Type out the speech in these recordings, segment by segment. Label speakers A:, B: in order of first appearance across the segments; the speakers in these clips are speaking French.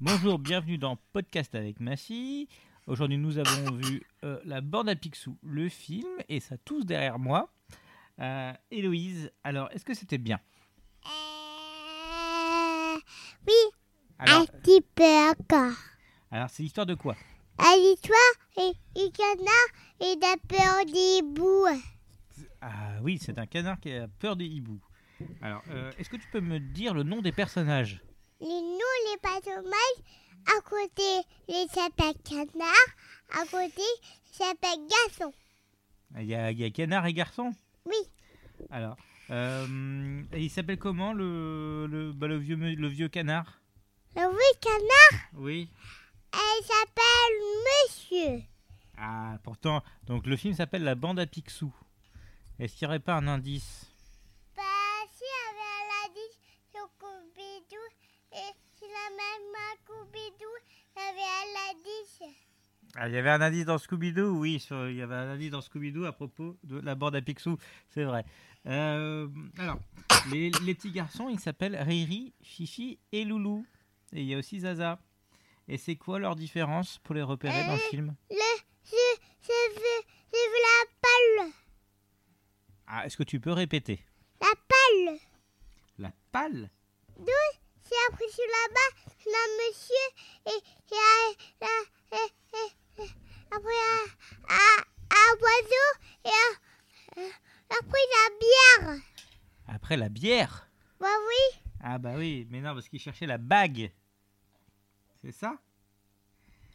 A: Bonjour, bienvenue dans Podcast avec Massy. Aujourd'hui, nous avons vu euh, La Borne à Picsou, le film, et ça tous derrière moi. Euh, Héloïse, alors, est-ce que c'était bien
B: Euh, oui,
A: Alors, euh,
B: un petit peu encore.
A: alors c'est l'histoire de quoi
B: À l'histoire, et il canard et la peur des bouts.
A: Ah oui, c'est un canard qui a peur des hiboux. Alors, euh, est-ce que tu peux me dire le nom des personnages
B: Les nous, les patronnages, à côté, les s'appelle canard, à côté, ils s'appellent garçon.
A: Il y, a, il y a canard et garçon
B: Oui,
A: Alors, euh, et il s'appelle comment le, le, bah, le vieux, me- le vieux canard
B: le Euh, oui canard,
A: Oui.
B: elle s'appelle monsieur.
A: Ah, pourtant, donc le film s'appelle La Bande à Picsou. Est-ce qu'il n'y aurait pas un indice
B: Bah, si avait la dit Chocobidou, et si la même à Coubidou, avait la dit.
A: Ah, il y avait un indice dans Scooby-Doo, oui, sur- il y avait un indice dans Scooby-Doo à propos de la bande à Picsou, c'est vrai. Euh, alors, les, les petits garçons, ils s'appellent Riri, Fifi et Loulou. Et il y a aussi Zaza. Et c'est quoi leur différence pour les repérer dans le film
B: Le, je, je veux, je veux la palle,
A: Ah, est-ce que tu peux répéter
B: la palle.
A: La pâle
B: C'est après sur là-bas, c'est un monsieur et il y a là, et- et- et- après il y a un, un oiseau et un- euh, après il y a la bière.
A: Après la bière
B: Bah oui,
A: Ah bah oui, mais non, parce qu'ils cherchaient la bague. C'est ça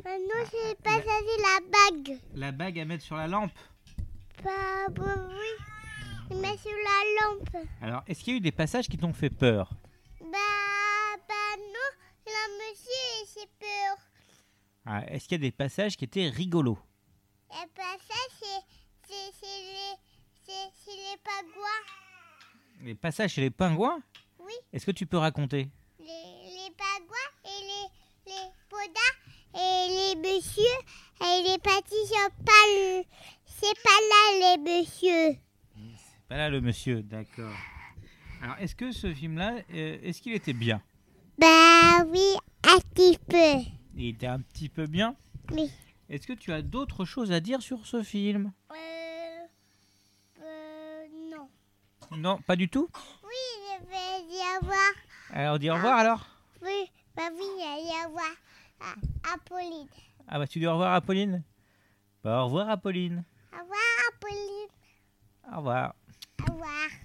B: maintenant je n'ai pas choisi la bague.
A: La bague à mettre sur la lampe.
B: Bah bah oui, il met sur la lampe.
A: Alors, est-ce qu'il y a eu des passages qui t'ont fait peur
B: Bah bah non, c'est un monsieur et j'ai peur.
A: Ah, Est-ce qu'il y a des passages qui étaient rigolos
B: Et bah ça c'est c'est c'est les c'est c'est les pagouins.
A: Les passages chez les pingouins
B: Oui.
A: Est-ce que tu peux raconter
B: les, les pagouins et les, les podas et les messieurs et les petits sont pas le- c'est pas là les messieurs
A: Pas là le monsieur, d'accord. Alors, est-ce que ce film-là, euh, est-ce qu'il était bien
B: bah oui un petit peu
A: Il était un petit peu bien.
B: oui
A: Est-ce que tu as d'autres choses à dire sur ce film
B: euh, euh non
A: Non, pas du tout
B: oui je vais y avoir
A: Alors, on dit au revoir alors
B: oui bah oui il va y avoir ah, Apolline
A: Ah bah, tu dis au revoir à Pauline Bah, au revoir à Pauline.
B: au revoir Apolline
A: Au revoir.
B: au revoir